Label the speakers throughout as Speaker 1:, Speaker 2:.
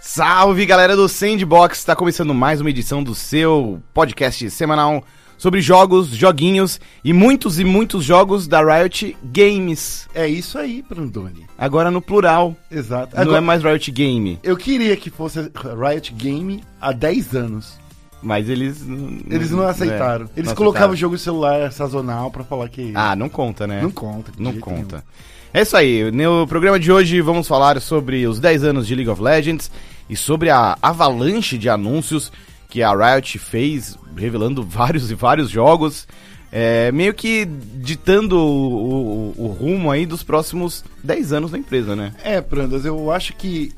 Speaker 1: Salve galera do Sandbox, está começando mais uma edição do seu podcast semanal sobre jogos, joguinhos e muitos e muitos jogos da Riot Games.
Speaker 2: É isso aí, Brandoni.
Speaker 1: Agora no plural,
Speaker 2: Exato.
Speaker 1: não
Speaker 2: Agora,
Speaker 1: é mais Riot Game,
Speaker 2: Eu queria que fosse Riot Game há 10 anos.
Speaker 1: mas eles n-
Speaker 2: Eles não
Speaker 1: é,
Speaker 2: aceitaram. Eles
Speaker 1: não
Speaker 2: colocavam o
Speaker 1: aceitaram.
Speaker 2: jogo celular sazonal pra falar que.
Speaker 1: Ah, não conta, né?
Speaker 2: não conta. de
Speaker 1: Não
Speaker 2: jeito
Speaker 1: conta.
Speaker 2: nenhum.
Speaker 1: É isso aí. No programa de hoje vamos falar sobre os 10 anos de League of Legends e sobre a avalanche de anúncios que a Riot fez, revelando vários e vários jogos, é, meio que ditando o, o- o rumo aí dos próximos 10 anos da empresa, né?
Speaker 2: É, Prandas, eu acho que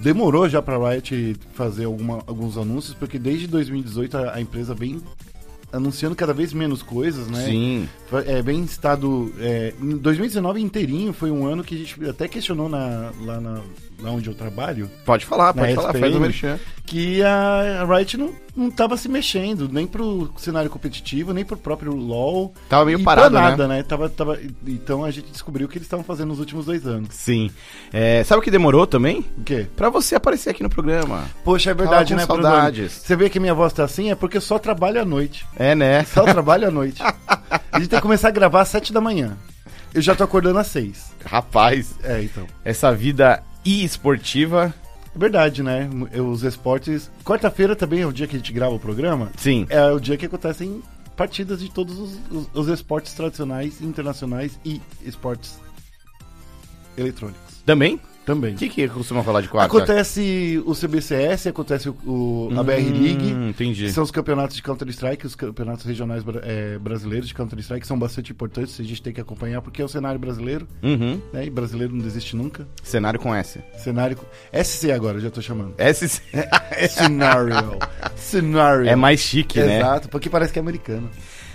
Speaker 2: demorou já pra Riot fazer alguma- alguns anúncios, porque desde 2018 a, a empresa vem anunciando cada vez menos coisas, né?
Speaker 1: Sim.
Speaker 2: Foi- É bem estado. É, em 2019 inteirinho foi um ano que a gente até questionou na- lá, na, lá onde eu trabalho.
Speaker 1: Pode falar,
Speaker 2: Na
Speaker 1: pode falar, faz
Speaker 2: SPM.
Speaker 1: o merchan.
Speaker 2: que a Riot não, não tava se mexendo, nem pro cenário competitivo, nem pro próprio LoL.
Speaker 1: Tava meio
Speaker 2: e
Speaker 1: parado,
Speaker 2: pra
Speaker 1: né?
Speaker 2: nada, né? Tava, tava, então a gente descobriu o que eles estavam fazendo nos últimos dois anos.
Speaker 1: Sim. É, sabe o que demorou também?
Speaker 2: O quê?
Speaker 1: Pra você aparecer aqui no programa.
Speaker 2: Poxa, é verdade,
Speaker 1: Tava
Speaker 2: né,
Speaker 1: com
Speaker 2: Bruno?
Speaker 1: saudades.
Speaker 2: Você vê que minha voz tá assim é porque eu só trabalho à noite.
Speaker 1: É, né?
Speaker 2: Só trabalho à noite. A gente tem que começar a gravar às sete da manhã. Eu já tô acordando às seis.
Speaker 1: Rapaz,
Speaker 2: É, então.
Speaker 1: essa vida e-esportiva.
Speaker 2: É Verdade, né? Eu- Os esportes. Quarta-feira também é o dia que a gente grava o programa.
Speaker 1: Sim.
Speaker 2: É o dia que acontecem partidas de todos os, os- os esportes tradicionais, internacionais e esportes eletrônicos
Speaker 1: Também?
Speaker 2: também.
Speaker 1: O que, que costuma falar de quarta?
Speaker 2: Acontece o CBCS, acontece o, o- a BR League, que
Speaker 1: Hum, Entendi.
Speaker 2: são os campeonatos de Counter-Strike, os campeonatos regionais bra- eh, brasileiros de Counter-Strike, que são bastante importantes, a gente tem que acompanhar, porque é o cenário brasileiro,
Speaker 1: Uhum.
Speaker 2: né? E brasileiro não desiste nunca.
Speaker 1: Cenário com S.
Speaker 2: Cenário. co- SC agora, eu já tô chamando.
Speaker 1: S
Speaker 2: Scenario. Scenario.
Speaker 1: é mais chique, né?
Speaker 2: Exato, porque parece que é americano.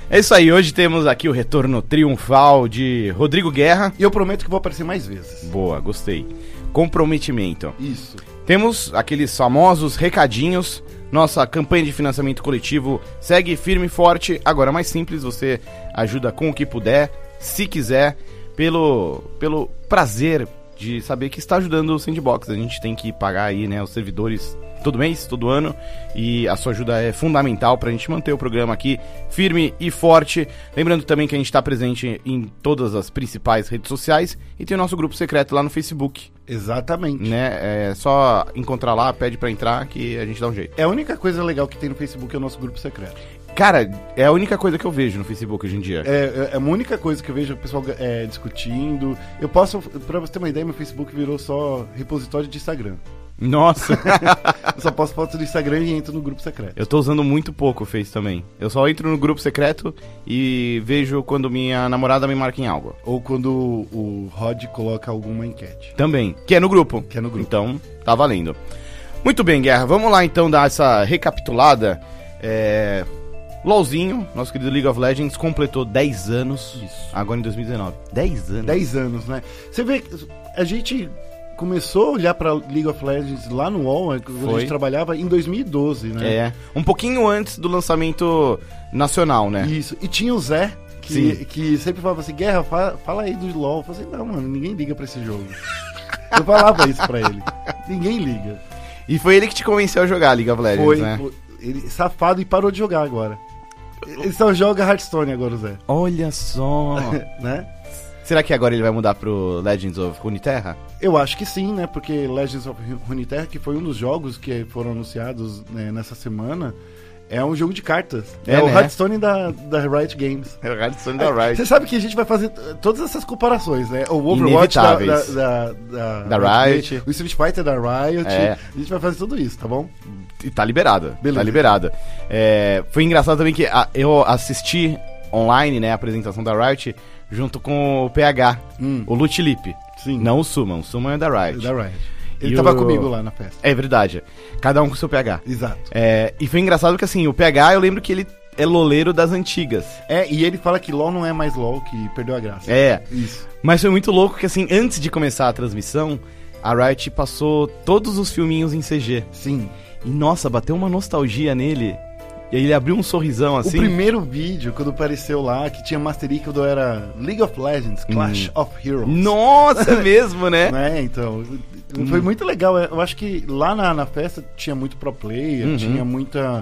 Speaker 1: É isso aí, hoje temos aqui o retorno triunfal de Rodrigo Guerra.
Speaker 2: E eu prometo que vou aparecer mais vezes.
Speaker 1: Boa, gostei. Comprometimento.
Speaker 2: Isso.
Speaker 1: Temos aqueles famosos recadinhos. Nossa campanha de financiamento coletivo segue firme e forte. Agora mais simples, você ajuda com o que puder, se quiser, pelo, pelo prazer de saber que está ajudando o Sandbox. A gente tem que pagar aí, né, os servidores todo mês, todo ano, e a sua ajuda é fundamental para a gente manter o programa aqui firme e forte. Lembrando também que a gente está presente em todas as principais redes sociais e tem o nosso grupo secreto lá no Facebook
Speaker 2: Exatamente.
Speaker 1: né? É só encontrar lá, pede pra entrar que a gente dá um jeito.
Speaker 2: É a única coisa legal que tem no Facebook é o nosso grupo secreto.
Speaker 1: Cara, é a única coisa que eu vejo no Facebook hoje em dia.
Speaker 2: É, é- é a única coisa que eu vejo o pessoal é, discutindo. Eu posso, pra você ter uma ideia, meu Facebook virou só repositório de Instagram.
Speaker 1: Nossa,
Speaker 2: Eu só posto fotos do Instagram e entro no grupo secreto.
Speaker 1: eu tô usando muito pouco o Face também. Eu só entro no grupo secreto e vejo quando minha namorada me marca em algo.
Speaker 2: Ou quando o, o Rod coloca alguma enquete.
Speaker 1: Também, que é no grupo.
Speaker 2: Que é no grupo.
Speaker 1: Então, tá valendo. Muito bem, Guerra, vamos lá então dar essa recapitulada. É... LOLzinho, nosso querido League of Legends, completou 10 anos.
Speaker 2: Isso.
Speaker 1: Agora em 2019. 10 anos.
Speaker 2: 10 anos, né? Você vê que a gente começou a olhar pra League of Legends lá no UOL, quando a
Speaker 1: Foi.
Speaker 2: gente trabalhava, em 2012, né?
Speaker 1: É, um pouquinho antes do lançamento nacional, né?
Speaker 2: Isso. E tinha o Zé,
Speaker 1: Sim.
Speaker 2: que, que sempre falava assim, Guerra, fala, fala aí do LOL. Eu falei assim, não, mano, ninguém liga pra esse jogo. Eu falava isso pra ele. Ninguém liga.
Speaker 1: E foi ele que te convenceu a jogar League of Legends,
Speaker 2: Foi,
Speaker 1: né?
Speaker 2: foi- ele, safado e parou de jogar agora. Ele só joga Hearthstone agora, o Zé.
Speaker 1: Olha só!
Speaker 2: né?
Speaker 1: Será que agora ele vai mudar pro Legends of Runeterra?
Speaker 2: Eu acho que sim, né? Porque Legends of Runeterra, que foi um dos jogos que foram anunciados né, nessa semana, é um jogo de cartas.
Speaker 1: É,
Speaker 2: É, o
Speaker 1: né?
Speaker 2: Hearthstone da, da Riot Games.
Speaker 1: É o Hearthstone
Speaker 2: Você sabe que a gente vai fazer t- todas essas comparações, né? O Overwatch da, da,
Speaker 1: Inevitáveis.
Speaker 2: da, da,
Speaker 1: Da Riot.
Speaker 2: o Street Fighter da Riot.
Speaker 1: É.
Speaker 2: A gente vai fazer tudo isso, tá bom?
Speaker 1: E tá liberada. Tá
Speaker 2: Beleza.
Speaker 1: liberada. É, foi engraçado também que a- eu assisti online, né, a apresentação da Riot junto com o PH,
Speaker 2: Hum.
Speaker 1: o Lute Lipe.
Speaker 2: Sim.
Speaker 1: Não o Suman, o Suman é da Riot.
Speaker 2: Da Riot. Ele
Speaker 1: E
Speaker 2: tava
Speaker 1: o-
Speaker 2: comigo lá na festa.
Speaker 1: É verdade. Cada um com seu PH.
Speaker 2: Exato.
Speaker 1: É, e foi engraçado que assim, o PH eu lembro que ele é loleiro das antigas.
Speaker 2: É, e ele fala que LoL não é mais LoL, que perdeu a graça.
Speaker 1: É.
Speaker 2: Isso.
Speaker 1: Mas foi muito louco que, assim, antes de começar a transmissão, a Riot passou todos os filminhos em CG.
Speaker 2: Sim.
Speaker 1: E, nossa, bateu uma nostalgia nele. E aí ele abriu um sorrisão
Speaker 2: O
Speaker 1: assim.
Speaker 2: primeiro vídeo, quando apareceu lá, que tinha Mastery, quando era League of Legends, Clash of Heroes.
Speaker 1: Nossa, Hum. é Hum. mesmo, né?
Speaker 2: Né? Então, foi muito legal. Eu acho que lá na, na festa tinha muito pro player,
Speaker 1: Uhum.
Speaker 2: tinha muita.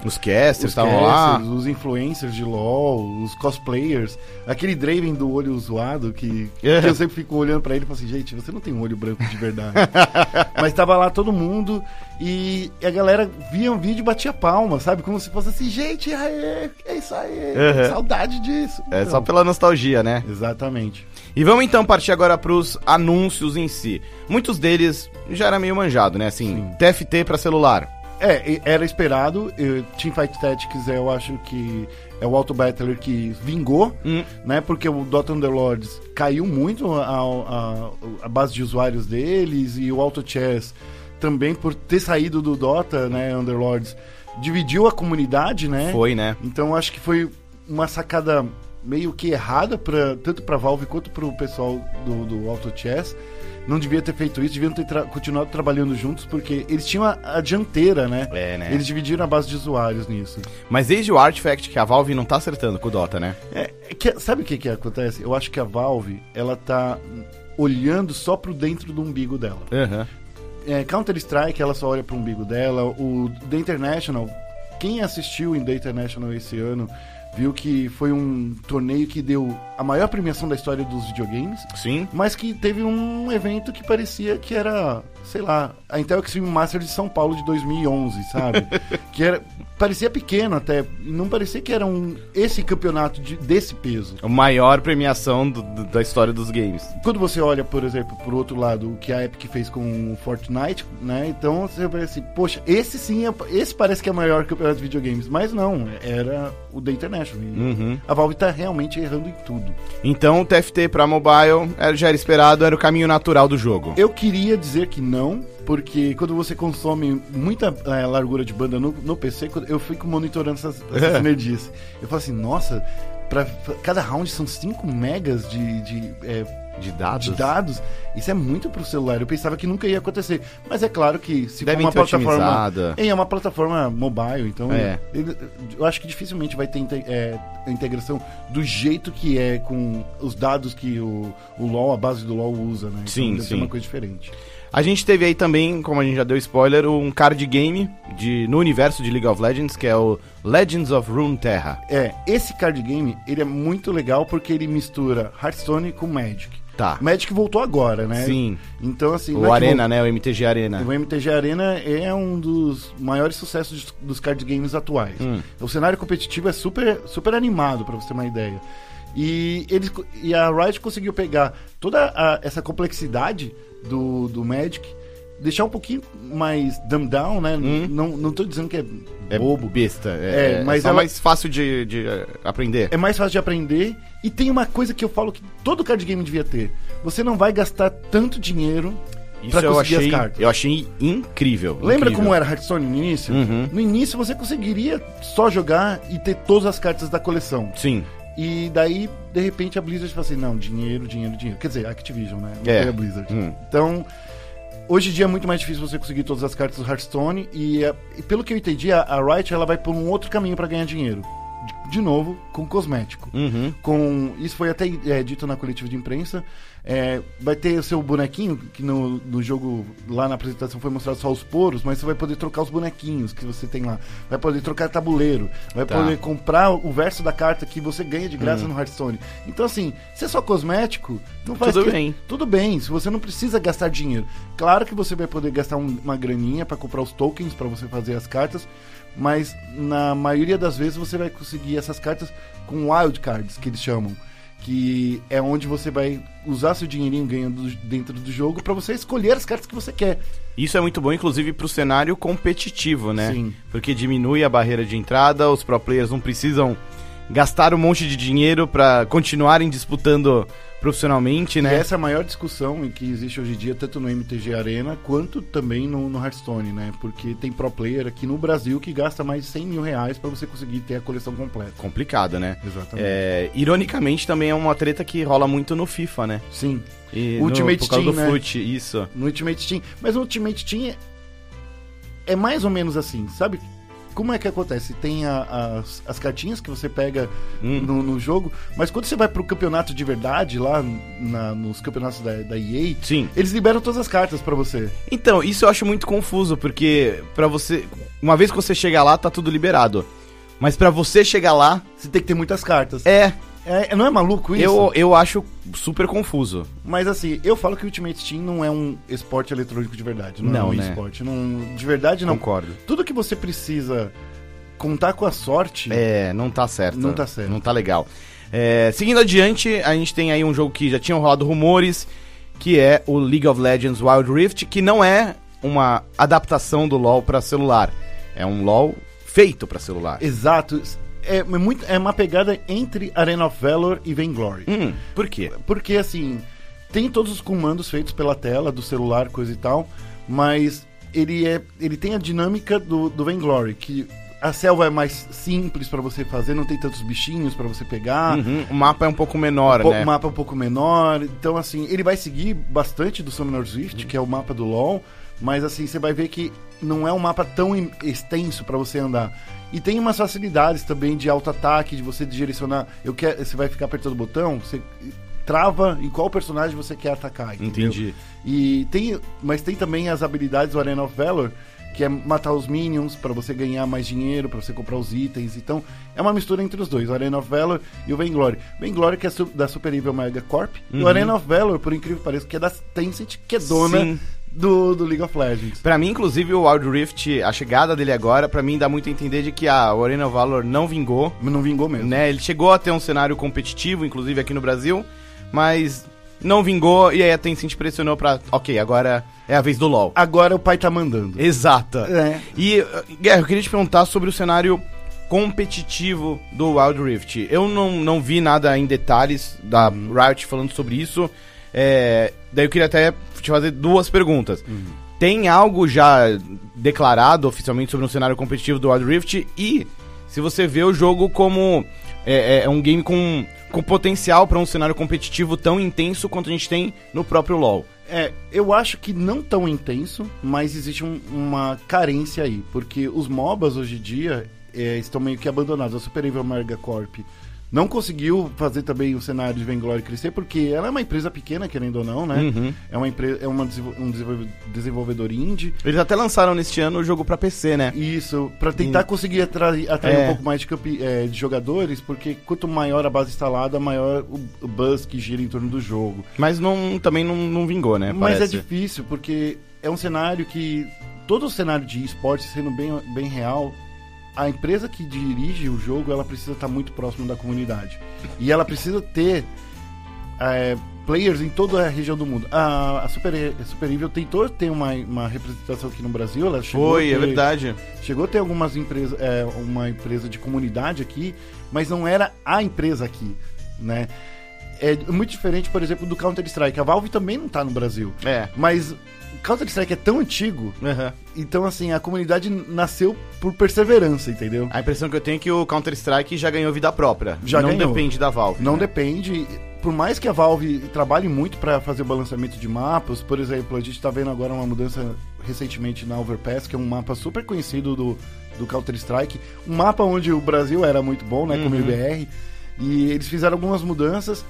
Speaker 1: Os casters estavam lá.
Speaker 2: casters, os influencers de LOL, os cosplayers, aquele Draven do olho zoado que,
Speaker 1: É.
Speaker 2: que eu sempre fico olhando pra ele e falo assim, gente, você não tem um olho branco de verdade. Mas tava lá todo mundo e a galera via um vídeo e batia palma, sabe? Como se fosse assim, gente, aê, é isso aí,
Speaker 1: Uhum.
Speaker 2: saudade disso.
Speaker 1: É
Speaker 2: Então,
Speaker 1: só pela nostalgia, né?
Speaker 2: Exatamente.
Speaker 1: E vamos então partir agora pros anúncios em si. Muitos deles já era meio manjado, né? Assim,
Speaker 2: Sim.
Speaker 1: TFT pra celular.
Speaker 2: É, e- era esperado. eu- Teamfight Tactics, eu acho que é o Auto Battler que vingou,
Speaker 1: Hum.
Speaker 2: né? Porque o Dota Underlords caiu muito a, a- a base de usuários deles e o Auto Chess também por ter saído do Dota, né? Underlords dividiu a comunidade, né?
Speaker 1: Foi, né?
Speaker 2: Então eu acho que foi uma sacada meio que errada para tanto para Valve quanto para o pessoal do, do Auto Chess. Não devia ter feito isso, deviam ter tra- continuado trabalhando juntos porque eles tinham a, a dianteira, né?
Speaker 1: É, né?
Speaker 2: Eles dividiram a base de usuários nisso.
Speaker 1: Mas desde o Artifact que a Valve não tá acertando com o Dota, né?
Speaker 2: É, é que- sabe o que, que acontece? Eu acho que a Valve ela tá olhando só pro dentro do umbigo dela.
Speaker 1: Aham.
Speaker 2: é, Counter Strike ela só olha pro umbigo dela. O The International, quem assistiu em The International esse ano viu que foi um torneio que deu a maior premiação da história dos videogames,
Speaker 1: Sim.
Speaker 2: mas que teve um evento que parecia que era, sei lá, a Intel Extreme Masters de São Paulo de 2011, sabe? que era parecia pequeno até, não parecia que era um esse campeonato de- desse peso.
Speaker 1: A maior premiação do- do- da história dos games.
Speaker 2: Quando você olha, por exemplo, por outro lado, o que a Epic fez com o Fortnite, né? Então você vai assim, poxa, esse sim, é, esse parece que é o maior campeonato de videogames, mas não, era o The International. E
Speaker 1: Uhum.
Speaker 2: A Valve tá realmente errando em tudo.
Speaker 1: Então, o TFT pra mobile era- já era esperado, era o caminho natural do jogo.
Speaker 2: Eu queria dizer que não, porque quando você consome muita eh, largura de banda no, no PC, quando- eu fico monitorando essas, essas energias. Eu falo assim, nossa, pra, pra- cada round são 5 megas de, de eh,
Speaker 1: De dados?
Speaker 2: de dados, isso é muito pro celular. Eu pensava que nunca ia acontecer. Mas é claro que se
Speaker 1: Devem
Speaker 2: for uma
Speaker 1: ter
Speaker 2: plataforma.
Speaker 1: otimizada.
Speaker 2: É é uma plataforma mobile, então
Speaker 1: É.
Speaker 2: ele- eu acho que dificilmente vai ter inte- é, a integração do jeito que é com os dados que o, o LoL, a base do LoL usa, né? Então
Speaker 1: Sim,
Speaker 2: deve ser
Speaker 1: sim.
Speaker 2: uma coisa diferente.
Speaker 1: A gente teve aí também, como a gente já deu spoiler, um card game de, no universo de League of Legends, que é o Legends of Runeterra.
Speaker 2: É, esse card game, ele é muito legal porque ele mistura Hearthstone com Magic.
Speaker 1: Tá.
Speaker 2: Magic voltou agora, né?
Speaker 1: Sim.
Speaker 2: Então assim,
Speaker 1: O
Speaker 2: Magic
Speaker 1: Arena, né? O MTG Arena.
Speaker 2: O MTG Arena é um dos maiores sucessos dos- dos card games atuais.
Speaker 1: Hum.
Speaker 2: O cenário competitivo é super, super animado, pra você ter uma ideia. E, eles, co- e a Riot conseguiu pegar toda a- essa complexidade do, do Magic, deixar um pouquinho mais dumbed down, né?
Speaker 1: Hum.
Speaker 2: Não, não tô dizendo que é,
Speaker 1: É
Speaker 2: bobo.
Speaker 1: besta. É,
Speaker 2: É,
Speaker 1: é
Speaker 2: mas
Speaker 1: só
Speaker 2: ela-
Speaker 1: mais fácil de, de, eh, aprender.
Speaker 2: É mais fácil de aprender. E tem uma coisa que eu falo que todo card game devia ter. Você não vai gastar tanto dinheiro
Speaker 1: Isso
Speaker 2: pra
Speaker 1: eu
Speaker 2: conseguir
Speaker 1: achei,
Speaker 2: as cartas.
Speaker 1: eu achei incrível.
Speaker 2: Lembra
Speaker 1: incrível.
Speaker 2: como é? era Hearthstone no início?
Speaker 1: Uhum.
Speaker 2: No início você conseguiria só jogar e ter todas as cartas da coleção.
Speaker 1: Sim.
Speaker 2: E daí, de repente, a Blizzard fala assim: não, dinheiro, dinheiro, dinheiro. Quer dizer, Activision, né? Não
Speaker 1: É.
Speaker 2: foi a Blizzard.
Speaker 1: Hum.
Speaker 2: Então, hoje em dia é muito mais difícil você conseguir todas as cartas do Hearthstone. E, é, e pelo que eu entendi, a, a Riot ela vai por um outro caminho pra ganhar dinheiro. De, de novo, com cosmético
Speaker 1: Uhum.
Speaker 2: com isso foi até é, dito na coletiva de imprensa é, vai ter o seu bonequinho que no, no jogo lá na apresentação foi mostrado só os poros mas você vai poder trocar os bonequinhos que você tem lá vai poder trocar tabuleiro vai
Speaker 1: Tá. Uhum.
Speaker 2: poder comprar o verso da carta que você ganha de graça no Hearthstone então assim se é só cosmético não faz
Speaker 1: Tudo
Speaker 2: que-
Speaker 1: bem.
Speaker 2: tudo bem se você não precisa gastar dinheiro claro que você vai poder gastar um- uma graninha para comprar os tokens para você fazer as cartas mas na maioria das vezes você vai conseguir essas cartas com wild cards que eles chamam que é onde você vai usar seu dinheirinho ganhando do- dentro do jogo para você escolher as cartas que você quer
Speaker 1: Isso é muito bom, inclusive, pro cenário competitivo, né?
Speaker 2: Sim.
Speaker 1: Porque diminui a barreira de entrada, os pro players não precisam gastar um monte de dinheiro pra continuarem disputando profissionalmente,
Speaker 2: E
Speaker 1: né?
Speaker 2: essa é a maior discussão que existe hoje em dia, tanto no MTG Arena quanto também no, no Hearthstone, né? Porque tem pro player aqui no Brasil que gasta mais de 100 mil reais pra você conseguir ter a coleção completa.
Speaker 1: Complicada, né?
Speaker 2: Exatamente.
Speaker 1: É, ironicamente, também é uma treta que rola muito no FIFA, né?
Speaker 2: Sim,
Speaker 1: E
Speaker 2: Ultimate
Speaker 1: no, por causa
Speaker 2: Team,
Speaker 1: do
Speaker 2: né?
Speaker 1: fute, isso.
Speaker 2: no Ultimate Team. Mas o Ultimate Team é, é mais ou menos assim, sabe? como é que acontece? Tem a- as, as cartinhas que você pega
Speaker 1: Hum.
Speaker 2: no, no jogo, mas quando você vai pro campeonato de verdade, lá na- nos campeonatos da, da EA,
Speaker 1: Sim.
Speaker 2: eles liberam todas as cartas pra você.
Speaker 1: Então, isso eu acho muito confuso, porque pra você. Uma vez que você chega lá, tá tudo liberado. Mas pra você chegar lá,
Speaker 2: Você tem que ter muitas cartas.
Speaker 1: é.
Speaker 2: É, não é maluco isso?
Speaker 1: Eu, eu acho super confuso.
Speaker 2: Mas assim, eu falo que o Ultimate Team não é um esporte eletrônico de verdade. Não,
Speaker 1: Não,
Speaker 2: é um
Speaker 1: né?
Speaker 2: esporte. Não, de verdade, não.
Speaker 1: Concordo.
Speaker 2: Tudo que você precisa contar com a sorte.
Speaker 1: É, não tá certo.
Speaker 2: Não tá certo.
Speaker 1: Não tá legal. É, seguindo adiante, a gente tem aí um jogo que já tinham rolado rumores, que é o League of Legends Wild Rift, que não é uma adaptação do LoL pra celular. É um LoL feito pra celular.
Speaker 2: Exato. É, muito, é uma pegada entre Arena of Valor e Vainglory.
Speaker 1: Hum, por quê?
Speaker 2: Porque assim, tem todos os comandos feitos pela tela, do celular, coisa e tal, mas ele é. ele tem a dinâmica do, do Vainglory, que a selva é mais simples pra você fazer, não tem tantos bichinhos pra você pegar.
Speaker 1: Uhum, o mapa é um pouco menor,
Speaker 2: Ah. Pô,
Speaker 1: né?
Speaker 2: um mapa um pouco menor. Então, assim, ele vai seguir bastante do Summoner's Rift,
Speaker 1: Uhum.
Speaker 2: que é o mapa do LoL, mas assim, você vai ver que não é um mapa tão em- extenso pra você andar. E tem umas facilidades também de auto-ataque, de você direcionar. Eu quero, você vai ficar apertando o botão, você trava em qual personagem você quer atacar. entendeu?
Speaker 1: Entendi.
Speaker 2: E tem, mas tem também as habilidades do Arena of Valor, que é matar os minions pra você ganhar mais dinheiro, pra você comprar os itens. Então, é uma mistura entre os dois, o Arena of Valor e o Vainglory. Vainglory que é su- da Super Evil Mega Corp, e
Speaker 1: Uhum.
Speaker 2: o Arena of Valor, por incrível que pareça, que é da Tencent, que é dona
Speaker 1: Sim.
Speaker 2: do, do League of Legends.
Speaker 1: Pra mim, inclusive, o Wild Rift, a chegada dele agora, pra mim dá muito a entender de que a Arena of Valor não vingou,
Speaker 2: Mas não vingou mesmo.
Speaker 1: né? Ele chegou a ter um cenário competitivo, inclusive aqui no Brasil, mas não vingou e aí a Tencent pressionou pra, ok, agora é a vez do LoL.
Speaker 2: Agora o pai tá mandando.
Speaker 1: Exata.
Speaker 2: É.
Speaker 1: E, eh, Guerra, eu queria te perguntar sobre o cenário competitivo do Wild Rift. Eu não, não vi nada em detalhes da Riot falando sobre isso. É, daí eu queria até te fazer duas perguntas. Tem algo já declarado oficialmente sobre um cenário competitivo do Wild Rift? E se você vê o jogo como é, é, um game com, com potencial para um cenário competitivo tão intenso quanto a gente tem no próprio LoL.
Speaker 2: É, eu acho que não tão intenso, mas existe um- uma carência aí, porque os MOBAs hoje em dia é, estão meio que abandonados. A Super Evil Mega Corp não conseguiu fazer também o cenário de Vainglory crescer, porque ela é uma empresa pequena, querendo ou não, né?
Speaker 1: Uhum.
Speaker 2: É uma empresa, é uma desenvol- um desenvol- desenvolvedor indie.
Speaker 1: Eles até lançaram neste ano o jogo para PC, né?
Speaker 2: Isso, pra tentar conseguir atrair, atrair
Speaker 1: É.
Speaker 2: um pouco mais de, campe- é, de jogadores, porque quanto maior a base instalada, maior o, o buzz que gira em torno do jogo.
Speaker 1: Mas não, também não, não vingou, né?
Speaker 2: Mas é
Speaker 1: Parece.
Speaker 2: difícil, porque é um cenário que. Todo o cenário de esporte, sendo bem, bem real, a empresa que dirige o jogo, ela precisa estar muito próximo da comunidade. E ela precisa ter é, players em toda a região do mundo. A, a Super, a Super Evil tentou ter uma, uma representação aqui no Brasil, ela chegou
Speaker 1: Foi,
Speaker 2: a
Speaker 1: é
Speaker 2: ter-
Speaker 1: verdade.
Speaker 2: Chegou a ter algumas empresas, é, uma empresa de comunidade aqui, mas não era a empresa aqui, né? É muito diferente, por exemplo, do Counter Strike. A Valve também não tá no Brasil,
Speaker 1: É.
Speaker 2: mas Counter Strike é tão antigo,
Speaker 1: Aham.
Speaker 2: então assim a comunidade nasceu por perseverança, entendeu?
Speaker 1: A impressão que eu tenho é que o Counter-Strike já ganhou vida própria.
Speaker 2: Já
Speaker 1: não
Speaker 2: ganhou.
Speaker 1: depende da Valve.
Speaker 2: Não
Speaker 1: né?
Speaker 2: depende. Por mais que a Valve trabalhe muito para fazer o balanceamento de mapas, por exemplo, a gente tá vendo agora uma mudança recentemente na Overpass, que é um mapa super conhecido do, do Counter-Strike. Um mapa onde o Brasil era muito bom, né? Como
Speaker 1: Uhum.
Speaker 2: IBR. E eles fizeram algumas mudanças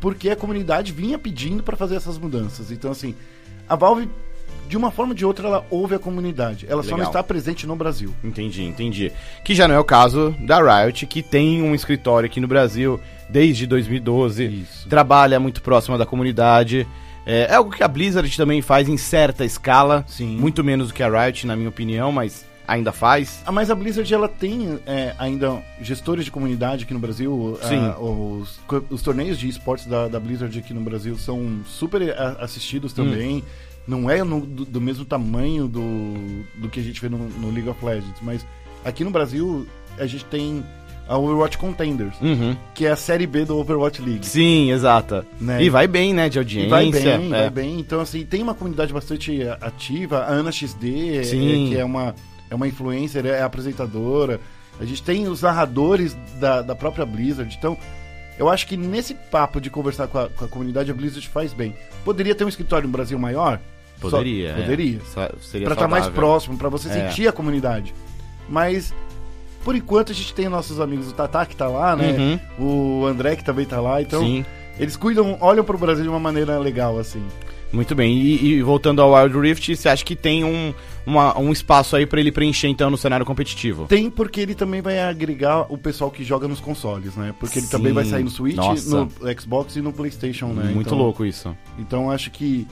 Speaker 2: porque a comunidade vinha pedindo para fazer essas mudanças. Então, assim, a Valve, de uma forma ou de outra, ela ouve a comunidade. Ela só não
Speaker 1: Legal.
Speaker 2: está presente no Brasil.
Speaker 1: Entendi, entendi. Que já não é o caso da Riot, que tem um escritório aqui no Brasil desde 2012.
Speaker 2: Isso.
Speaker 1: Trabalha muito próximo da comunidade. É, é algo que a Blizzard também faz em certa escala.
Speaker 2: Sim.
Speaker 1: Muito menos do que a Riot, na minha opinião, mas ainda faz.
Speaker 2: Ah, Mas a Blizzard ela tem é, ainda gestores de comunidade aqui no Brasil.
Speaker 1: Sim.
Speaker 2: Ah, os, co- os torneios de esportes da, da Blizzard aqui no Brasil são super a- assistidos também. Não é no- do, do mesmo tamanho do, do que a gente vê no, no League of Legends, mas aqui no Brasil a gente tem a Overwatch Contenders,
Speaker 1: Uhum.
Speaker 2: que é a série B do Overwatch League.
Speaker 1: Sim, exata.
Speaker 2: Né?
Speaker 1: E vai bem, né, de
Speaker 2: E
Speaker 1: audiência.
Speaker 2: vai bem,
Speaker 1: é.
Speaker 2: vai bem. Então, assim, tem uma comunidade bastante eh, ativa. A Ana XD, eh,
Speaker 1: Sim.
Speaker 2: que é uma, é uma influencer, é apresentadora. A gente tem os narradores da, da própria Blizzard. Então, eu acho que nesse papo de conversar com a, com a comunidade, a Blizzard faz bem. Poderia ter um escritório no Brasil maior? Só-
Speaker 1: Poderia. é.
Speaker 2: poderia.
Speaker 1: Sa- Seria
Speaker 2: Pra estar mais
Speaker 1: saudável.
Speaker 2: próximo, pra você
Speaker 1: É.
Speaker 2: sentir a comunidade. Mas por enquanto a gente tem nossos amigos, o Tatá que tá lá, né? O André que também tá lá, então
Speaker 1: Uhum. Sim.
Speaker 2: eles cuidam, olham pro Brasil de uma maneira legal, assim.
Speaker 1: Muito bem. E, e voltando ao Wild Rift, você acha que tem um, uma- um espaço aí pra ele preencher, então, no cenário competitivo?
Speaker 2: Tem porque ele também vai agregar o pessoal que joga nos consoles, né? Porque ele
Speaker 1: Sim.
Speaker 2: também vai sair no Switch,
Speaker 1: Nossa.
Speaker 2: no Xbox e no PlayStation, né?
Speaker 1: Muito
Speaker 2: Então-
Speaker 1: louco isso.
Speaker 2: Então acho que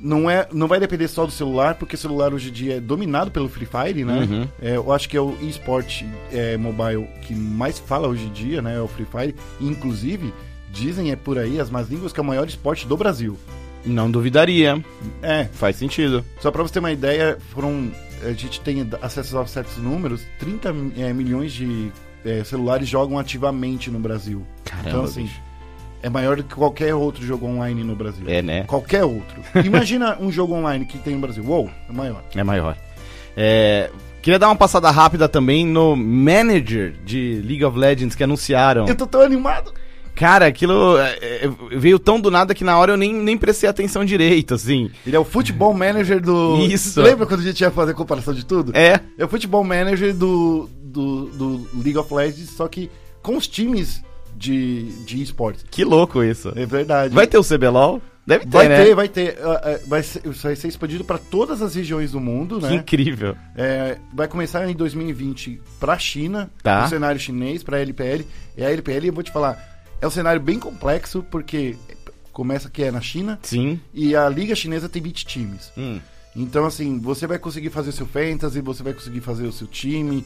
Speaker 2: não é, não vai depender só do celular, porque o celular hoje em dia é dominado pelo Free Fire, né?
Speaker 1: Uhum.
Speaker 2: É, eu acho que é o esporte é, mobile que mais fala hoje em dia, né? É o Free Fire, inclusive dizem é por aí as más línguas que é o maior esporte do Brasil.
Speaker 1: Não duvidaria.
Speaker 2: É,
Speaker 1: Faz sentido.
Speaker 2: Só pra você ter uma ideia, foram. A gente tem d- acesso a certos números, 30 mi- eh, milhões de eh, celulares jogam ativamente no Brasil.
Speaker 1: Caramba,
Speaker 2: então, assim,
Speaker 1: bicho.
Speaker 2: é maior do que qualquer outro jogo online no Brasil.
Speaker 1: É, né?
Speaker 2: Qualquer outro. Imagina um jogo online que tem no Brasil. Uou, é maior.
Speaker 1: É maior. É, Queria dar uma passada rápida também no manager de League of Legends que anunciaram.
Speaker 2: Eu tô tão animado.
Speaker 1: Cara, aquilo é, é, veio tão do nada que na hora eu nem, nem prestei atenção direito, assim.
Speaker 2: Ele é o futebol manager do.
Speaker 1: Isso.
Speaker 2: Lembra quando a gente ia fazer a comparação de tudo?
Speaker 1: É,
Speaker 2: É o futebol manager do, do, do League of Legends, só que com os times de, de esportes.
Speaker 1: que louco isso.
Speaker 2: É verdade.
Speaker 1: Vai ter o CBLOL? Deve ter,
Speaker 2: Vai
Speaker 1: né?
Speaker 2: ter, vai ter. Ah, ah, Vai ser, isso vai ser expandido para todas as regiões do mundo,
Speaker 1: Que
Speaker 2: né?
Speaker 1: incrível.
Speaker 2: É, vai começar em 2020 para a China,
Speaker 1: Tá.
Speaker 2: o cenário chinês, para a LPL. E a LPL, eu vou te falar, é um cenário bem complexo, porque começa que é na China
Speaker 1: Sim.
Speaker 2: e a liga chinesa tem 20 times.
Speaker 1: Hum.
Speaker 2: Então, assim, você vai conseguir fazer o seu fantasy, você vai conseguir fazer o seu time.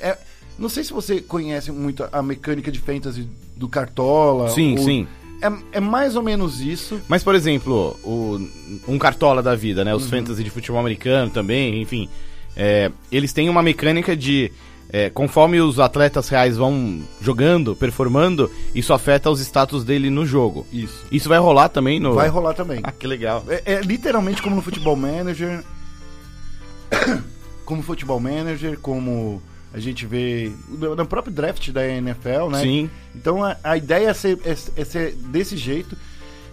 Speaker 2: É, não sei se você conhece muito a- a mecânica de fantasy do Cartola.
Speaker 1: Sim,
Speaker 2: ou-
Speaker 1: sim.
Speaker 2: É, é mais ou menos isso.
Speaker 1: Mas, por exemplo, o- um cartola da vida, né? Os fantasy de futebol americano também, enfim. É, eles têm uma mecânica de. é, conforme os atletas reais vão jogando, performando, isso afeta os status dele no jogo.
Speaker 2: Isso.
Speaker 1: Isso vai rolar também no.
Speaker 2: Vai rolar também.
Speaker 1: Ah, que legal.
Speaker 2: É, é literalmente como no futebol manager. Como futebol manager, como a gente vê no no próprio draft da NFL, né?
Speaker 1: Sim.
Speaker 2: Então a, a ideia é ser, é- é ser desse jeito.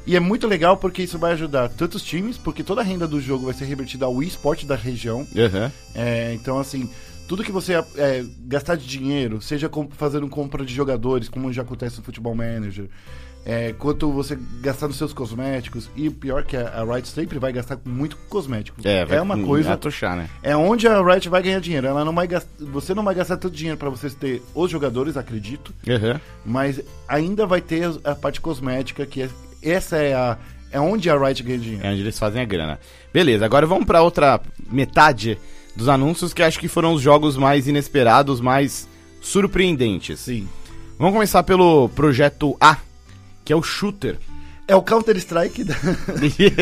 Speaker 2: E é muito legal porque isso vai ajudar tantos times, porque toda a renda do jogo vai ser revertida ao esporte da região.
Speaker 1: Aham.
Speaker 2: É, então, assim, tudo que você é, gastar de dinheiro, seja com- fazendo compra de jogadores, como já acontece no Futebol Manager, é, quanto você gastar nos seus cosméticos, e o pior que a, a Riot sempre vai gastar com muito cosmético.
Speaker 1: É,
Speaker 2: É
Speaker 1: vai-
Speaker 2: uma coisa.
Speaker 1: Vai atochar, né?
Speaker 2: É onde a Riot vai ganhar dinheiro. Ela não vai gastar, você não vai gastar tanto dinheiro para você ter os jogadores, acredito,
Speaker 1: Aham.
Speaker 2: mas ainda vai ter as- a parte cosmética, que é- essa é a. É onde a Riot ganha dinheiro.
Speaker 1: É onde eles fazem a grana. Beleza, agora vamos pra outra metade dos anúncios que acho que foram os jogos mais inesperados, mais surpreendentes.
Speaker 2: Sim.
Speaker 1: Vamos começar pelo projeto A, que é o shooter.
Speaker 2: É o Counter-Strike da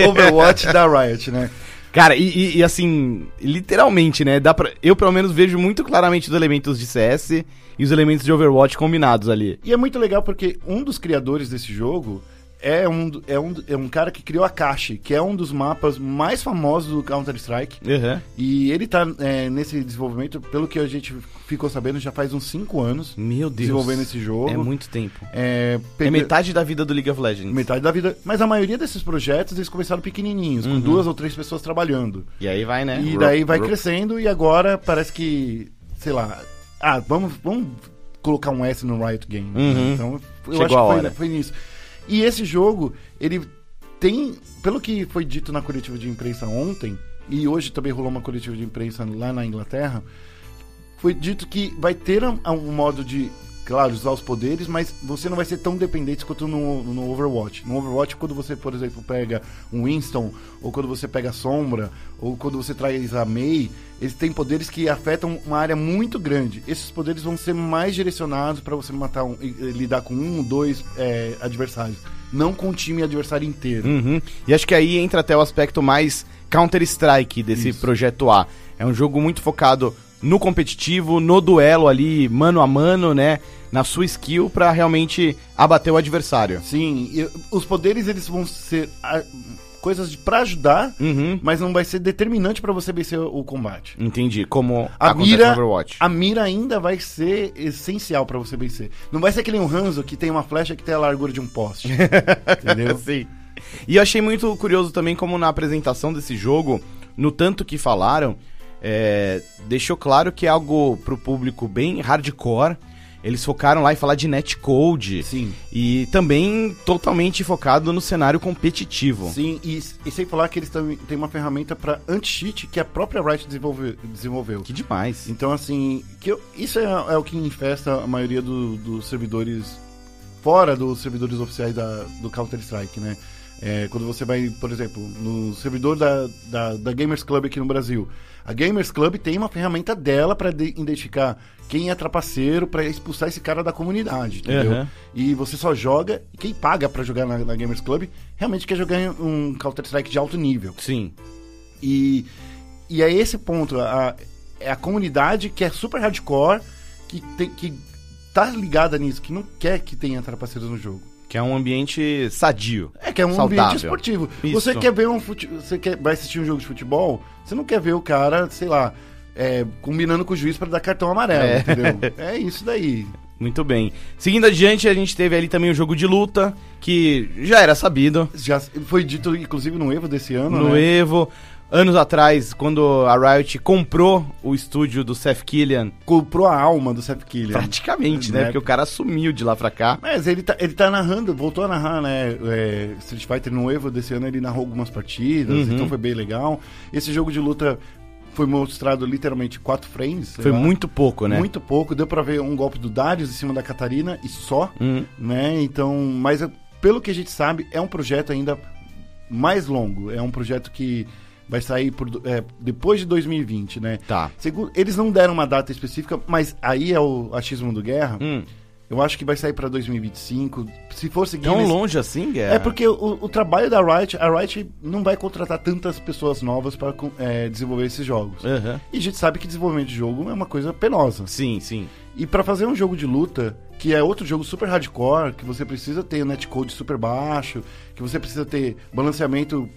Speaker 2: Overwatch da Riot, né?
Speaker 1: Cara, e, e- e assim, literalmente, né? Dá pra, eu pelo menos vejo muito claramente os elementos de CS e os elementos de Overwatch combinados ali.
Speaker 2: E é muito legal porque um dos criadores desse jogo é um, do- é um, é um cara que criou a Akashi, que é um dos mapas mais famosos do Counter-Strike.
Speaker 1: Aham.
Speaker 2: E ele tá é, nesse desenvolvimento, pelo que a gente ficou sabendo, já faz uns 5 anos
Speaker 1: Meu Deus.
Speaker 2: desenvolvendo esse jogo.
Speaker 1: É muito tempo.
Speaker 2: É,
Speaker 1: É
Speaker 2: pega-
Speaker 1: metade da vida do League of Legends.
Speaker 2: metade da vida. Mas a maioria desses projetos eles começaram pequenininhos,
Speaker 1: Uhum.
Speaker 2: com duas ou três pessoas trabalhando.
Speaker 1: E aí vai, né?
Speaker 2: E daí vai
Speaker 1: crescer.
Speaker 2: crescendo e agora parece que, sei lá, ah, vamos, vamos colocar um S no Riot Games. né?
Speaker 1: Uhum.
Speaker 2: Então, eu
Speaker 1: Chegou
Speaker 2: acho
Speaker 1: a
Speaker 2: que
Speaker 1: hora.
Speaker 2: foi, foi nisso. E esse jogo, ele tem, pelo que foi dito na coletiva de imprensa ontem, e hoje também rolou uma coletiva de imprensa lá na Inglaterra, foi dito que vai ter um, um modo de, claro, usar os poderes, mas você não vai ser tão dependente quanto no, no Overwatch. No Overwatch, quando você, por exemplo, pega um Winston, ou quando você pega a Sombra, ou quando você traz a May, eles têm poderes que afetam uma área muito grande. Esses poderes vão ser mais direcionados para você matar um, e- e lidar com um ou dois é, adversários, não com o time adversário inteiro.
Speaker 1: Uhum. E acho que aí entra até o aspecto mais Counter-Strike desse projeto A. É um jogo muito focado no competitivo, no duelo ali, mano a mano, né? Na sua skill pra realmente abater o adversário.
Speaker 2: Sim, e os poderes eles vão ser ah, coisas para ajudar,
Speaker 1: Uhum.
Speaker 2: mas não vai ser determinante para você vencer o combate.
Speaker 1: Entendi. Como
Speaker 2: A
Speaker 1: acontece
Speaker 2: mira,
Speaker 1: no Overwatch.
Speaker 2: a mira ainda vai ser essencial pra você vencer. Não vai ser aquele um Hanzo que tem uma flecha que tem a largura de um poste. entendeu?
Speaker 1: Sim. E eu achei muito curioso também como na apresentação desse jogo, no tanto que falaram, é, deixou claro que é algo pro público bem hardcore. Eles focaram lá em falar de netcode
Speaker 2: Sim.
Speaker 1: e também totalmente focado no cenário competitivo.
Speaker 2: Sim, e, e sem falar que eles tam- têm uma ferramenta para anti-cheat que a própria Riot desenvolve- desenvolveu.
Speaker 1: Que demais.
Speaker 2: Então, assim, que eu- isso é, é o que infesta a maioria do- dos servidores fora dos servidores oficiais da- do Counter-Strike, né? É, quando você vai, por exemplo, no servidor da, da, da Gamers Club aqui no Brasil, a Gamers Club tem uma ferramenta dela para identificar quem é trapaceiro, para expulsar esse cara da comunidade, entendeu?
Speaker 1: Aham.
Speaker 2: E você só joga, e quem paga para jogar na, na Gamers Club realmente quer jogar em um Counter-Strike de alto nível.
Speaker 1: Sim.
Speaker 2: E, e é esse ponto, a, é a comunidade que é super hardcore, que, tem, que tá ligada nisso, que não quer que tenha trapaceiros no jogo.
Speaker 1: Que é um ambiente sadio.
Speaker 2: É que é um
Speaker 1: Saudável.
Speaker 2: ambiente esportivo.
Speaker 1: Isso.
Speaker 2: Você quer ver um fute... você quer vai assistir um jogo de futebol, você não quer ver o cara, sei lá, é, combinando com o juiz para dar cartão amarelo,
Speaker 1: É.
Speaker 2: entendeu? É isso daí.
Speaker 1: Muito bem. Seguindo adiante, a gente teve ali também o jogo de luta, que já era sabido
Speaker 2: Já foi dito inclusive no Evo desse ano,
Speaker 1: no
Speaker 2: né?
Speaker 1: Evo. Anos atrás, quando a Riot comprou o estúdio do Seth Killian,
Speaker 2: Comprou a alma do Seth Killian.
Speaker 1: praticamente, né?
Speaker 2: Né?
Speaker 1: Porque o cara sumiu de lá pra cá.
Speaker 2: Mas ele tá, ele tá narrando, voltou a narrar, né? é, Street Fighter no Evo desse ano ele narrou algumas partidas,
Speaker 1: Uhum.
Speaker 2: então foi bem legal. Esse jogo de luta foi mostrado literalmente quatro frames. sei
Speaker 1: Foi
Speaker 2: lá,
Speaker 1: muito pouco, né?
Speaker 2: muito pouco, deu pra ver um golpe do Darius em cima da Catarina e só,
Speaker 1: Hum.
Speaker 2: né? Então, mas é- pelo que a gente sabe, é um projeto ainda mais longo. É um projeto que vai sair por do- é, depois de 2020, né?
Speaker 1: Tá.
Speaker 2: Segundo, eles não deram uma data específica, mas aí é o achismo do Guerra.
Speaker 1: Hum.
Speaker 2: Eu acho que vai sair pra 2025. Se for seguir.
Speaker 1: Tão
Speaker 2: nesse-
Speaker 1: longe assim, Guerra?
Speaker 2: É porque o, o trabalho da Riot, a Riot não vai contratar tantas pessoas novas para desenvolver esses jogos.
Speaker 1: Aham.
Speaker 2: E a gente sabe que desenvolvimento de jogo é uma coisa penosa.
Speaker 1: Sim, sim.
Speaker 2: E pra fazer um jogo de luta, que é outro jogo super hardcore, que você precisa ter netcode super baixo, que você precisa ter balanceamento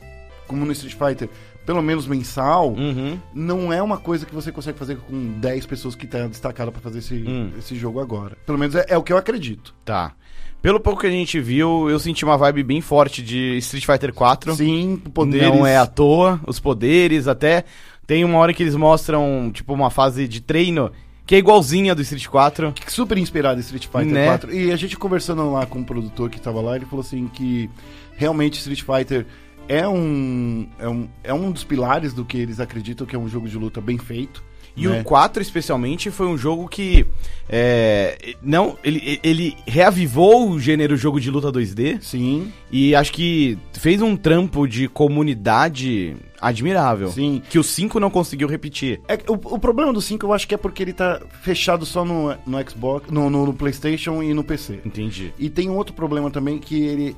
Speaker 2: como no Street Fighter, pelo menos mensal,
Speaker 1: Uhum.
Speaker 2: não é uma coisa que você consegue fazer com 10 pessoas que tá destacada pra fazer esse,
Speaker 1: Hum.
Speaker 2: esse jogo agora. Pelo menos é- é o que eu acredito.
Speaker 1: Tá. Pelo pouco que a gente viu, eu senti uma vibe bem forte de Street Fighter 4.
Speaker 2: Sim, poderes.
Speaker 1: Não é à toa, os poderes, até tem uma hora que eles mostram, tipo, uma fase de treino que é igualzinha do Street 4.
Speaker 2: super inspirado em Street Fighter
Speaker 1: Né?
Speaker 2: 4. E a gente conversando lá com o produtor que tava lá, ele falou assim que realmente Street Fighter é um, é um, é um dos pilares do que eles acreditam que é um jogo de luta bem feito.
Speaker 1: E
Speaker 2: né?
Speaker 1: o 4, especialmente, foi um jogo que. é, não, ele, ele reavivou o gênero jogo de luta 2D
Speaker 2: Sim,
Speaker 1: e acho que fez um trampo de comunidade admirável.
Speaker 2: sim.
Speaker 1: Que o 5 não conseguiu repetir.
Speaker 2: É que o, o problema do 5 eu acho que é porque ele tá fechado só no, no Xbox, no, no- no PlayStation e no PC.
Speaker 1: Entendi.
Speaker 2: E tem um outro problema também que ele,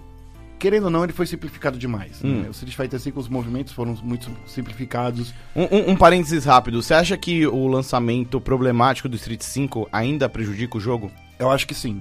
Speaker 2: querendo ou não, ele foi simplificado demais.
Speaker 1: Hum.
Speaker 2: né? O Street Fighter 5, os movimentos foram muito simplificados.
Speaker 1: Um, um- um parênteses rápido: você acha que o lançamento problemático do Street 5 ainda prejudica o jogo?
Speaker 2: Eu acho que sim.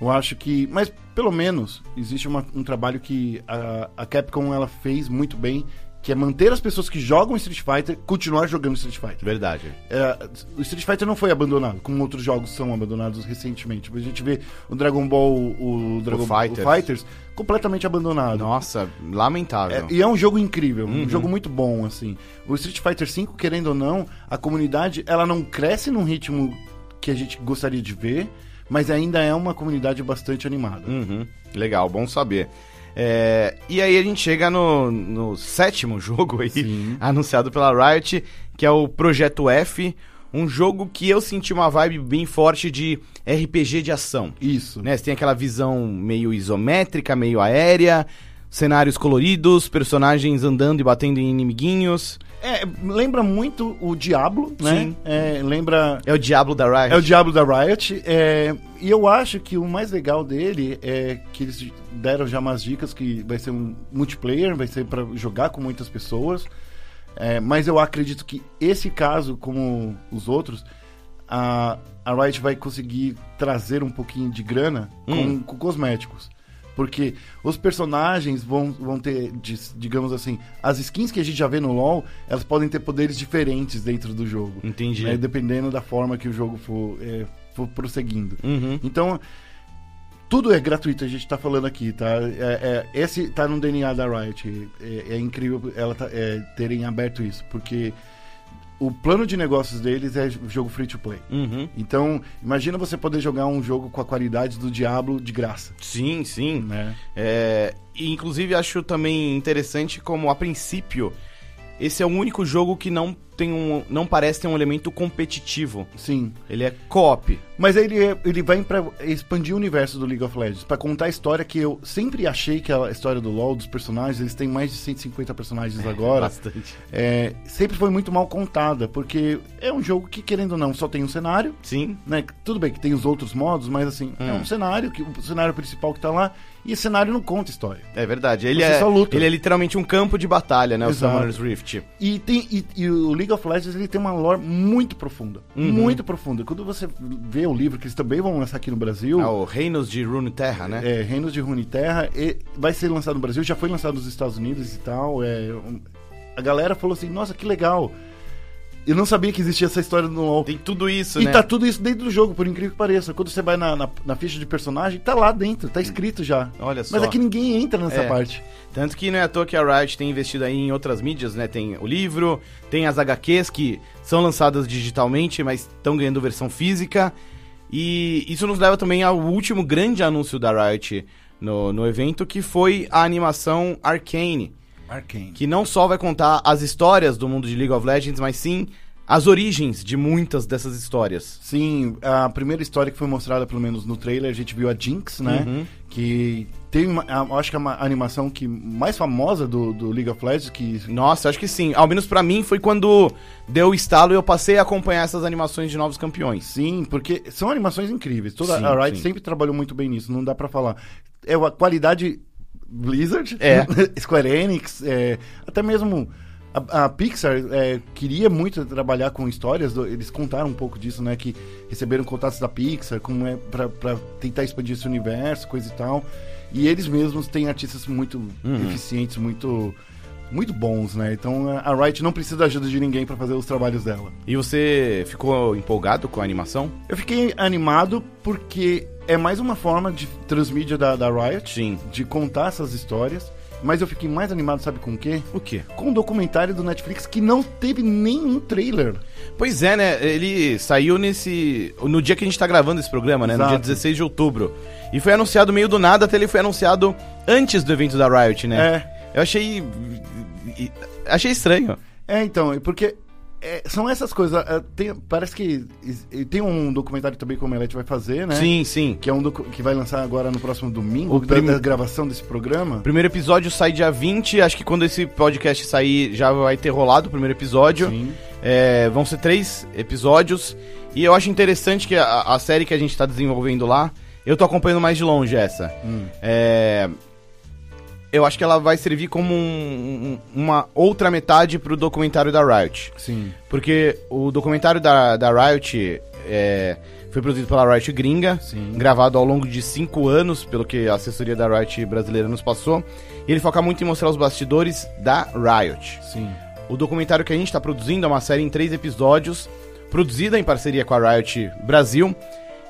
Speaker 2: Eu acho que. Mas pelo menos existe uma- um trabalho que a, a Capcom ela fez muito bem, que é manter as pessoas que jogam Street Fighter continuar jogando Street Fighter.
Speaker 1: Verdade.
Speaker 2: É, o Street Fighter não foi abandonado, como outros jogos são abandonados recentemente. A gente vê o Dragon Ball, o Dragon Ball
Speaker 1: Fighters.
Speaker 2: Fighters completamente abandonado.
Speaker 1: Nossa, lamentável.
Speaker 2: É, e é um jogo incrível,
Speaker 1: Uhum.
Speaker 2: um jogo muito bom, assim. O Street Fighter V, querendo ou não, a comunidade, ela não cresce num ritmo que a gente gostaria de ver, mas ainda é uma comunidade bastante animada.
Speaker 1: Uhum, legal, bom saber. É, e aí a gente chega no, no sétimo jogo aí,
Speaker 2: Sim.
Speaker 1: anunciado pela Riot, que é o Projeto F, um jogo que eu senti uma vibe bem forte de RPG de ação.
Speaker 2: Isso.
Speaker 1: Né? Você tem aquela visão meio isométrica, meio aérea, cenários coloridos, personagens andando e batendo em inimiguinhos.
Speaker 2: É, lembra muito o Diablo, né?
Speaker 1: Sim.
Speaker 2: É, lembra...
Speaker 1: É o diabo da Riot.
Speaker 2: É o Diablo da Riot. é, e eu acho que o mais legal dele é que eles deram já umas dicas que vai ser um multiplayer, vai ser pra jogar com muitas pessoas. é, mas eu acredito que esse caso, como os outros, a, a Riot vai conseguir trazer um pouquinho de grana com-
Speaker 1: Hum.
Speaker 2: com cosméticos. Porque os personagens vão, vão ter, dis- digamos assim, as skins que a gente já vê no LoL, elas podem ter poderes diferentes dentro do jogo
Speaker 1: Entendi.
Speaker 2: né, dependendo da forma que o jogo for, é, for prosseguindo.
Speaker 1: Uhum.
Speaker 2: Então, tudo é gratuito, a gente tá falando aqui, tá? É, é, esse tá no DNA da Riot. É, é incrível ela tá- é, terem aberto isso, porque o plano de negócios deles é jogo free to play.
Speaker 1: Uhum.
Speaker 2: Então, imagina você poder jogar um jogo com a qualidade do Diablo de graça.
Speaker 1: Sim, sim.
Speaker 2: Né?
Speaker 1: É, e inclusive acho também interessante como a princípio esse é o único jogo que não tem um, não parece ter um elemento competitivo.
Speaker 2: Sim.
Speaker 1: Ele é co-op.
Speaker 2: Mas aí ele, ele vai pra expandir o universo do League of Legends, pra contar a história que eu sempre achei que a história do LoL, dos personagens, eles têm mais de 150 personagens agora,
Speaker 1: Bastante.
Speaker 2: é, sempre foi muito mal contada, porque é um jogo que, querendo ou não, só tem um cenário,
Speaker 1: Sim.
Speaker 2: né? Tudo bem que tem os outros modos, mas assim, é
Speaker 1: Hum.
Speaker 2: um cenário, que, o cenário principal que tá lá, e esse cenário não conta história.
Speaker 1: É verdade. Ele
Speaker 2: Você
Speaker 1: é,
Speaker 2: só luta.
Speaker 1: ele é literalmente um campo de batalha, né?
Speaker 2: Exato.
Speaker 1: O Summoner's Rift.
Speaker 2: E, tem, e, e o League of Legends ele tem uma lore muito profunda.
Speaker 1: Uhum.
Speaker 2: Muito profunda. Quando você vê o livro, que eles também vão lançar aqui no Brasil,
Speaker 1: É o Reinos de Runeterra, né?
Speaker 2: é, Reinos de Runeterra, e vai ser lançado no Brasil, já foi lançado nos Estados Unidos e tal. é, um- a galera falou assim, nossa, que legal. Eu não sabia que existia essa história no LoL.
Speaker 1: Tem tudo isso,
Speaker 2: E
Speaker 1: né?
Speaker 2: tá tudo isso dentro do jogo, por incrível que pareça. Quando você vai na, na, na ficha de personagem, tá lá dentro, tá escrito já.
Speaker 1: Olha só.
Speaker 2: Mas é que ninguém entra nessa
Speaker 1: É.
Speaker 2: parte.
Speaker 1: Tanto que não é à toa que a Riot tem investido aí em outras mídias, né? Tem o livro, tem as HQs que são lançadas digitalmente, mas estão ganhando versão física. E isso nos leva também ao último grande anúncio da Riot no, no evento, que foi a animação Arcane,
Speaker 2: Arcane.
Speaker 1: que não só vai contar as histórias do mundo de League of Legends, mas sim as origens de muitas dessas histórias.
Speaker 2: Sim, a primeira história que foi mostrada, pelo menos no trailer, a gente viu a Jinx, né?
Speaker 1: Uhum.
Speaker 2: Que tem, uma, a- acho que é uma animação que mais famosa do, do League of Legends, que
Speaker 1: Nossa, acho que sim. Ao menos pra mim foi quando deu o estalo e eu passei a acompanhar essas animações de novos campeões.
Speaker 2: Sim, porque são animações incríveis. Toda
Speaker 1: Sim,
Speaker 2: a Riot
Speaker 1: sim.
Speaker 2: sempre trabalhou muito bem nisso, não dá pra falar. É a qualidade Blizzard,
Speaker 1: É.
Speaker 2: Square Enix, é, até mesmo a, a Pixar é, queria muito trabalhar com histórias. do- eles contaram um pouco disso, né? Que receberam contatos da Pixar, como é pra, pra tentar expandir esse universo, coisa e tal. E eles mesmos têm artistas muito
Speaker 1: Uhum.
Speaker 2: eficientes, muito muito bons, né? Então a- a Riot não precisa da ajuda de ninguém pra fazer os trabalhos dela.
Speaker 1: E você ficou empolgado com a animação?
Speaker 2: Eu fiquei animado porque é mais uma forma de transmídia da, da Riot,
Speaker 1: Sim.
Speaker 2: de contar essas histórias. Mas eu fiquei mais animado, sabe com o quê?
Speaker 1: O quê?
Speaker 2: Com o documentário do Netflix que não teve nenhum trailer.
Speaker 1: Pois é, né? Ele saiu nesse. No dia que a gente tá gravando esse programa, né? No
Speaker 2: Exato.
Speaker 1: dia 16 de outubro. E foi anunciado meio do nada, até ele foi anunciado antes do evento da Riot, né?
Speaker 2: É.
Speaker 1: Eu achei. e- Achei estranho.
Speaker 2: É, então, é porque é, são essas coisas. é, tem- parece que is- e tem um documentário também que o Omelete vai fazer, né?
Speaker 1: Sim, sim.
Speaker 2: Que é um docu- que vai lançar agora no próximo domingo,
Speaker 1: O
Speaker 2: da,
Speaker 1: prim-
Speaker 2: da gravação desse programa.
Speaker 1: O primeiro episódio sai dia 20. Acho que quando esse podcast sair, já vai ter rolado o primeiro episódio.
Speaker 2: Sim.
Speaker 1: É, vão ser três episódios. E eu acho interessante que a, a série que a gente tá desenvolvendo lá, eu tô acompanhando mais de longe essa. É, eu acho que ela vai servir como um- um- uma outra metade pro documentário da Riot.
Speaker 2: Sim.
Speaker 1: Porque o documentário da, da Riot é, foi produzido pela Riot Gringa,
Speaker 2: Sim.
Speaker 1: gravado ao longo de cinco anos, pelo que a assessoria da Riot brasileira nos passou. E ele foca muito em mostrar os bastidores da Riot.
Speaker 2: Sim.
Speaker 1: O documentário que a gente está produzindo é uma série em três episódios, produzida em parceria com a Riot Brasil,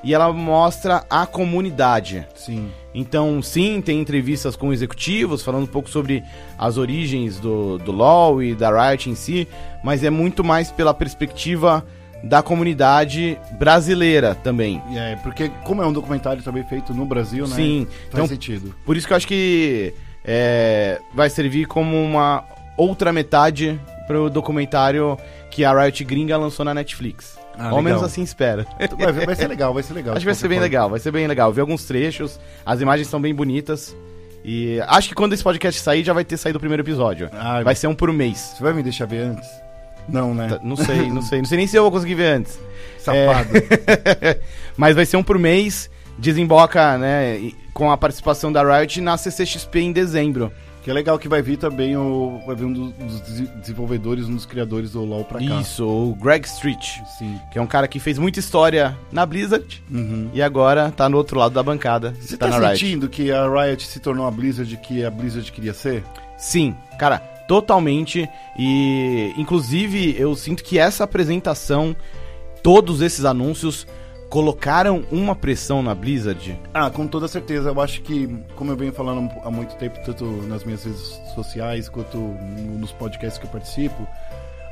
Speaker 1: e ela mostra a comunidade.
Speaker 2: Sim.
Speaker 1: Então, sim, tem entrevistas com executivos falando um pouco sobre as origens do, do LoL e da Riot em si, mas é muito mais pela perspectiva da comunidade brasileira também.
Speaker 2: E É, porque como é um documentário também feito no Brasil, né?
Speaker 1: Sim,
Speaker 2: Faz
Speaker 1: então-
Speaker 2: sentido.
Speaker 1: Por isso que eu acho que é, vai servir como uma outra metade pro documentário que a Riot Gringa lançou na Netflix.
Speaker 2: Ah,
Speaker 1: Ao menos
Speaker 2: legal.
Speaker 1: assim espera.
Speaker 2: Vai, vai ser legal, vai ser legal.
Speaker 1: acho que vai
Speaker 2: de
Speaker 1: ser bem
Speaker 2: qualquer
Speaker 1: legal, vai ser bem legal. Eu Vi alguns trechos, as imagens são bem bonitas. E acho que quando esse podcast sair, já vai ter saído o primeiro episódio.
Speaker 2: Ah,
Speaker 1: vai ser um por mês.
Speaker 2: Você vai me deixar ver antes? Não, né? É,
Speaker 1: Tá, Não sei, não sei. Não sei nem se eu vou conseguir ver antes. É,
Speaker 2: Safado.
Speaker 1: Mas vai ser um por mês. Desemboca, né, e- com a participação da Riot na CCXP em dezembro.
Speaker 2: Que é legal que vai vir também o. Vai vir um do- dos des- desenvolvedores, um dos criadores do LoL pra cá.
Speaker 1: Isso, o Greg Street.
Speaker 2: Sim. Uhum.
Speaker 1: que é um cara que fez muita história na Blizzard e agora tá no outro lado da bancada.
Speaker 2: Você
Speaker 1: tá
Speaker 2: tá,
Speaker 1: na Riot.
Speaker 2: sentindo que a Riot se tornou a Blizzard que a Blizzard queria ser?
Speaker 1: Sim, cara, totalmente. E inclusive eu sinto que essa apresentação, todos esses anúncios colocaram uma pressão na Blizzard.
Speaker 2: Ah, com toda certeza. Eu acho que, como eu venho falando há muito tempo, tanto nas minhas redes sociais quanto no- nos podcasts que eu participo,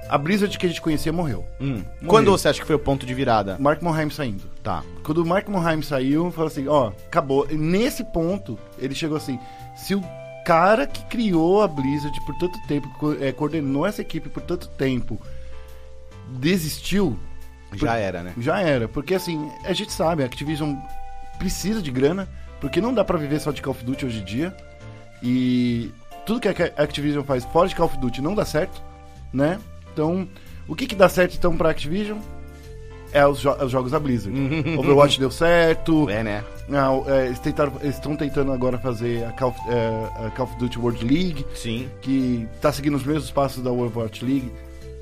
Speaker 2: A Blizzard que a gente conhecia morreu.
Speaker 1: Hum. Quando você acha que foi o ponto de virada?
Speaker 2: Mark Monheim saindo.
Speaker 1: Tá.
Speaker 2: Quando o Mark Monheim saiu, falou assim, ó, acabou. E nesse ponto, ele chegou assim, se o cara que criou a Blizzard por tanto tempo, co- eh, coordenou essa equipe por tanto tempo, desistiu,
Speaker 1: Já era, né?
Speaker 2: já era. Porque assim, a gente sabe, a Activision precisa de grana, porque não dá pra viver só de Call of Duty hoje em dia. E tudo que a Activision faz fora de Call of Duty não dá certo, né? Então, o que que dá certo então pra Activision? É os, jo- é os jogos da Blizzard. Overwatch deu certo.
Speaker 1: É, né?
Speaker 2: Não, é, eles, tentaram- eles estão tentando agora fazer a Call, of- é, a Call of Duty World League,
Speaker 1: Sim.
Speaker 2: que tá seguindo os mesmos passos da Overwatch League.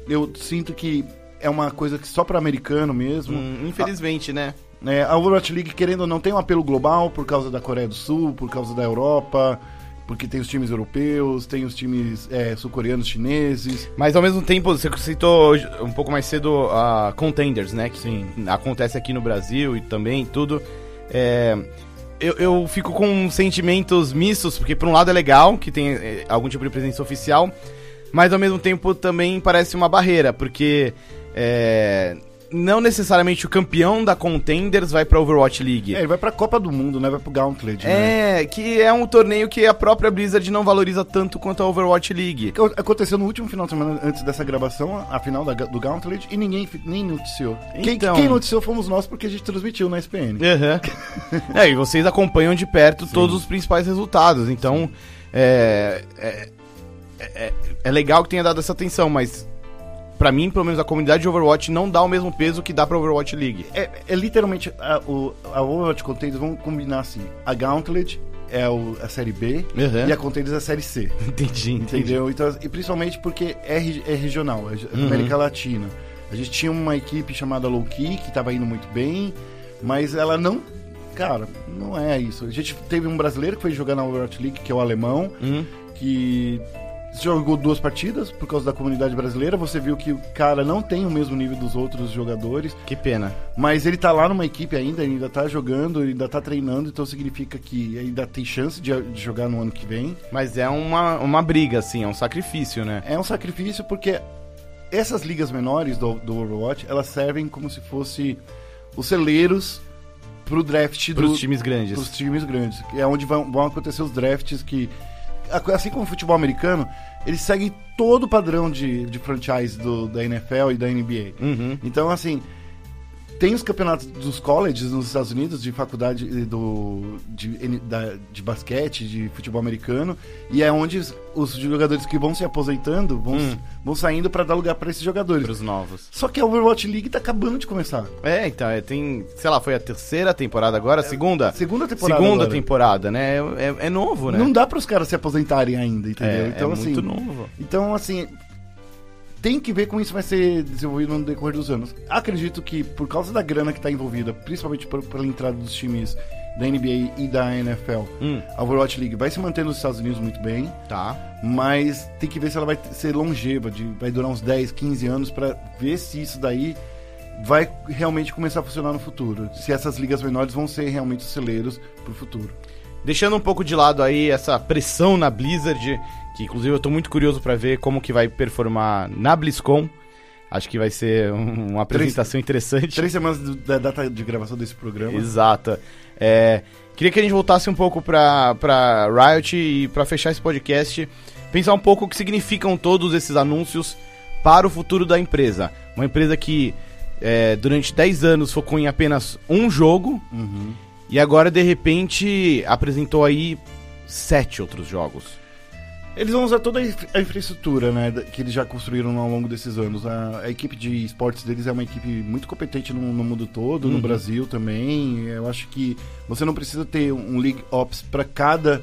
Speaker 2: Eu sinto que é uma coisa que só pra americano mesmo.
Speaker 1: Hum, infelizmente, né?
Speaker 2: É, a Overwatch League, querendo ou não, tem um apelo global por causa da Coreia do Sul, por causa da Europa, porque tem os times europeus, tem os times é, sul-coreanos, chineses.
Speaker 1: Mas ao mesmo tempo, você citou um pouco mais cedo a Contenders, né? Que
Speaker 2: Sim.
Speaker 1: acontece aqui no Brasil e também tudo. É, eu, eu fico com sentimentos mistos, porque por um lado é legal que tem é, algum tipo de presença oficial, mas ao mesmo tempo também parece uma barreira, porque é, não necessariamente o campeão da Contenders vai pra Overwatch League.
Speaker 2: É, ele vai pra Copa do Mundo, né? Vai pro Gauntlet, né?
Speaker 1: É, que é um torneio que a própria Blizzard não valoriza tanto quanto a Overwatch League.
Speaker 2: Aco- Aconteceu no último final de semana antes dessa gravação, a final da Ga- do Gauntlet, e ninguém fi- nem noticiou. Quem,
Speaker 1: Então.
Speaker 2: quem noticiou fomos nós, porque a gente transmitiu na SPN.
Speaker 1: Aham. é, e vocês acompanham de perto todos os principais resultados, então é, é, é- é legal que tenha dado essa atenção, mas pra mim, pelo menos a comunidade de Overwatch não dá o mesmo peso que dá pra Overwatch League.
Speaker 2: É, é literalmente, a, o, a Overwatch Contenders, vamos combinar assim, a Gauntlet é o- a série B,
Speaker 1: Uhum.
Speaker 2: e a Contenders é a série C.
Speaker 1: Entendi,
Speaker 2: Entendeu? Então, e principalmente porque é, regi- é regional, é
Speaker 1: Uhum.
Speaker 2: América Latina. A gente tinha uma equipe chamada Low Key, que tava indo muito bem, mas ela não. Cara, não é isso. A gente teve um brasileiro que foi jogar na Overwatch League, que é o alemão,
Speaker 1: Hum,
Speaker 2: que jogou duas partidas por causa da comunidade brasileira. Você viu que o cara não tem o mesmo nível dos outros jogadores,
Speaker 1: que pena.
Speaker 2: mas ele tá lá numa equipe ainda, ele ainda tá jogando, ele ainda tá treinando, então significa que ainda tem chance de- de jogar no ano que vem.
Speaker 1: Mas é uma, uma briga, assim, é um sacrifício, né?
Speaker 2: É um sacrifício porque essas ligas menores do, do Overwatch, elas servem como se fosse os celeiros É, pro draft do,
Speaker 1: Pros times grandes.
Speaker 2: pros times grandes. que É onde vão, vão acontecer os drafts que, a- assim como o futebol americano, eles seguem todo o padrão de, de franchise do- da NFL e da NBA.
Speaker 1: Uhum.
Speaker 2: Então, assim, tem os campeonatos dos colleges nos Estados Unidos, de faculdade eh, do, de, N- da- de basquete, de futebol americano, e é onde os, os jogadores que vão se aposentando vão,
Speaker 1: Hum.
Speaker 2: vão saindo pra dar lugar pra esses jogadores.
Speaker 1: Pros novos.
Speaker 2: Só que a Overwatch League tá acabando de começar.
Speaker 1: É, então, é, tem, sei lá, foi a terceira temporada agora, a segunda?
Speaker 2: É, Segunda temporada.
Speaker 1: Segunda
Speaker 2: agora.
Speaker 1: temporada, né? É, é- é novo, né?
Speaker 2: Não dá pros caras se aposentarem ainda, entendeu?
Speaker 1: é,
Speaker 2: então,
Speaker 1: é
Speaker 2: assim,
Speaker 1: muito novo.
Speaker 2: Então, assim, tem que ver como isso vai ser desenvolvido no decorrer dos anos. Acredito que, por causa da grana que está envolvida, principalmente por- pela entrada dos times da NBA e da NFL,
Speaker 1: Hum,
Speaker 2: a Overwatch League vai se manter nos Estados Unidos muito bem,
Speaker 1: tá.
Speaker 2: mas tem que ver se ela vai ser longeva, de, vai durar uns 10, 15 anos para ver se isso daí vai realmente começar a funcionar no futuro. Se essas ligas menores vão ser realmente os celeiros pro futuro.
Speaker 1: Deixando um pouco de lado aí essa pressão na Blizzard, que inclusive eu tô muito curioso pra ver como que vai performar na BlizzCon. Acho que vai ser um- uma apresentação interessante.
Speaker 2: Três semanas do- da data de gravação desse programa.
Speaker 1: Exata. É, queria que a gente voltasse um pouco pra, pra Riot e pra fechar esse podcast, pensar um pouco o que significam todos esses anúncios para o futuro da empresa. Uma empresa que é, durante 10 anos focou em apenas um jogo
Speaker 2: Uhum.
Speaker 1: e agora de repente apresentou aí sete outros jogos.
Speaker 2: Eles vão usar toda a infra- a infraestrutura né, da- que eles já construíram ao longo desses anos. A, a equipe de esportes deles é uma equipe muito competente no, no mundo todo, no
Speaker 1: Uhum.
Speaker 2: Brasil também. Eu acho que você não precisa ter um League Ops para cada,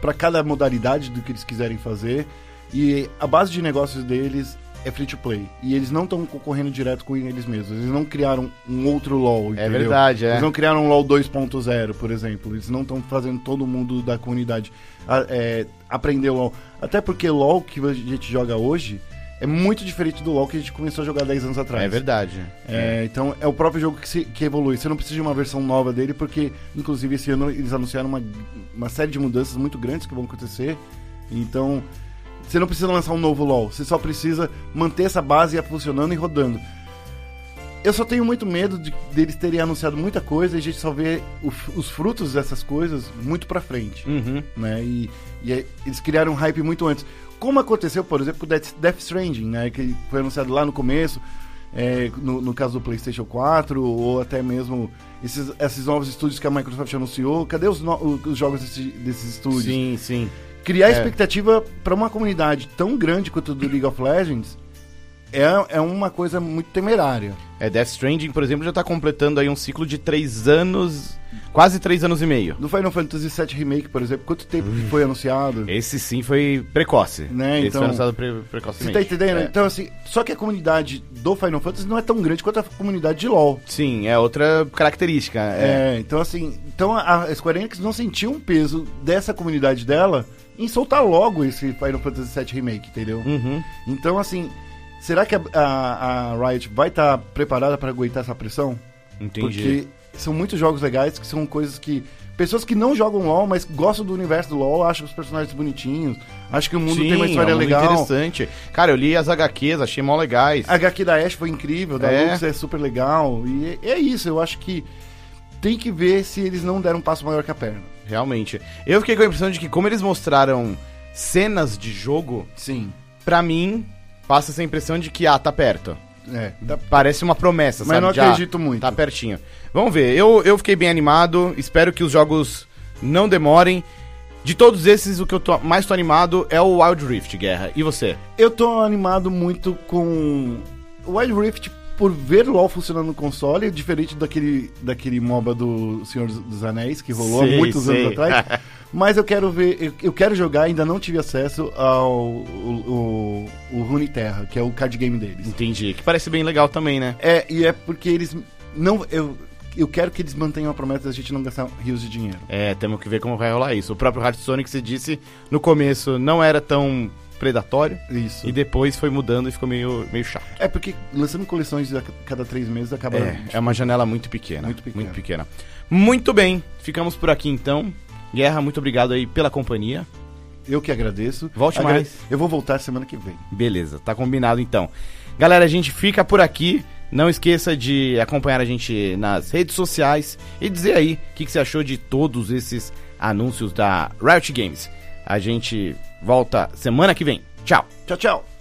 Speaker 2: pra cada modalidade do que eles quiserem fazer. E a base de negócios deles é free to play. E eles não estão concorrendo direto com eles mesmos. Eles não criaram um outro LoL.
Speaker 1: É
Speaker 2: entendeu?
Speaker 1: verdade, é.
Speaker 2: Eles não criaram um LoL 2.0, por exemplo. Eles não estão fazendo todo mundo da comunidade a- é, aprender LoL. Até porque LoL que a gente joga hoje é muito diferente do LoL que a gente começou a jogar 10 anos atrás.
Speaker 1: É verdade.
Speaker 2: É, então é o próprio jogo que, se- que evolui. Você não precisa de uma versão nova dele, porque inclusive esse ano eles anunciaram uma, uma série de mudanças muito grandes que vão acontecer. Então Você não precisa lançar um novo LoL, você só precisa manter essa base funcionando e rodando. Eu só tenho muito medo de deles terem anunciado muita coisa e a gente só vê o- os frutos dessas coisas muito pra frente
Speaker 1: Uhum.
Speaker 2: né? E, e é- eles criaram um hype muito antes. Como aconteceu, por exemplo, com Death, Death Stranding, né? Que foi anunciado lá no começo, é, no, no caso do PlayStation 4, ou até mesmo esses, esses novos estúdios que a Microsoft anunciou. Cadê os, no- os jogos desse- desses estúdios?
Speaker 1: Sim, sim.
Speaker 2: Criar
Speaker 1: É.
Speaker 2: expectativa para uma comunidade tão grande quanto a do League of Legends é, é uma coisa muito temerária.
Speaker 1: É, Death Stranding, por exemplo, já tá completando aí um ciclo de três anos, quase três anos e meio.
Speaker 2: No Final Fantasy VII Remake, por exemplo, quanto tempo
Speaker 1: Hum.
Speaker 2: que foi anunciado?
Speaker 1: Esse sim foi precoce.
Speaker 2: Né,
Speaker 1: Esse
Speaker 2: então-
Speaker 1: foi lançado pre precocemente.
Speaker 2: Você tá entendendo?
Speaker 1: É.
Speaker 2: Então, assim, só que a comunidade do Final Fantasy não é tão grande quanto a comunidade de LoL.
Speaker 1: Sim, é outra característica. É.
Speaker 2: É, então, assim, então a a Square Enix não sentiu um peso dessa comunidade dela em soltar logo esse Final Fantasy VII Remake, entendeu?
Speaker 1: Uhum.
Speaker 2: Então, assim, será que a, a- a Riot vai estar preparada para aguentar essa pressão?
Speaker 1: Entendi.
Speaker 2: Porque são muitos jogos legais que são coisas que. Pessoas que não jogam LOL, mas gostam do universo do LOL, acham os personagens bonitinhos, acham que o mundo tem uma história
Speaker 1: é um mundo
Speaker 2: legal.
Speaker 1: interessante. Cara, eu li as HQs, achei mó legais.
Speaker 2: A HQ da Ash foi incrível, da
Speaker 1: É.
Speaker 2: Lux é super legal. E é é isso, eu acho que tem que ver se eles não deram um passo maior que a perna.
Speaker 1: Realmente. Eu fiquei com a impressão de que como eles mostraram cenas de jogo,
Speaker 2: Sim.
Speaker 1: pra mim, passa essa impressão de que, ah, tá perto.
Speaker 2: É.
Speaker 1: Parece uma promessa,
Speaker 2: Mas
Speaker 1: sabe?
Speaker 2: não
Speaker 1: De, ah,
Speaker 2: acredito muito.
Speaker 1: Tá pertinho. Vamos ver, eu, eu fiquei bem animado, espero que os jogos não demorem. De todos esses, o que eu tô, mais tô animado é o Wild Rift, Guerra. E você?
Speaker 2: Eu tô animado muito com o Wild Rift por ver o LoL funcionando no console, é diferente daquele, daquele MOBA do Senhor dos Anéis, que rolou
Speaker 1: Sei,
Speaker 2: há muitos
Speaker 1: sei.
Speaker 2: anos atrás. Mas eu quero ver, eu, eu quero jogar, ainda não tive acesso ao o, o, o Runeterra, que é o card game deles.
Speaker 1: Entendi, que parece bem legal também, né?
Speaker 2: É, e é porque eles não eu eu quero que eles mantenham a promessa da gente não gastar rios de dinheiro.
Speaker 1: É, temos que ver como vai rolar isso. O próprio Hard Sonic, você disse, no começo não era tão predatório,
Speaker 2: Isso.
Speaker 1: e depois foi mudando e ficou meio, meio chato.
Speaker 2: É porque lançando coleções a cada três meses acaba.
Speaker 1: É, é uma janela muito pequena.
Speaker 2: Muito pequena.
Speaker 1: Muito pequena. Muito bem, ficamos por aqui então. Guerra, muito obrigado aí pela companhia.
Speaker 2: Eu que agradeço.
Speaker 1: Volte mais.
Speaker 2: Eu vou voltar semana que vem.
Speaker 1: Beleza, tá combinado então. Galera, a gente fica por aqui. Não esqueça de acompanhar a gente nas redes sociais e dizer aí o que, que você achou de todos esses anúncios da Riot Games. A gente volta semana que vem. Tchau!
Speaker 2: Tchau, tchau.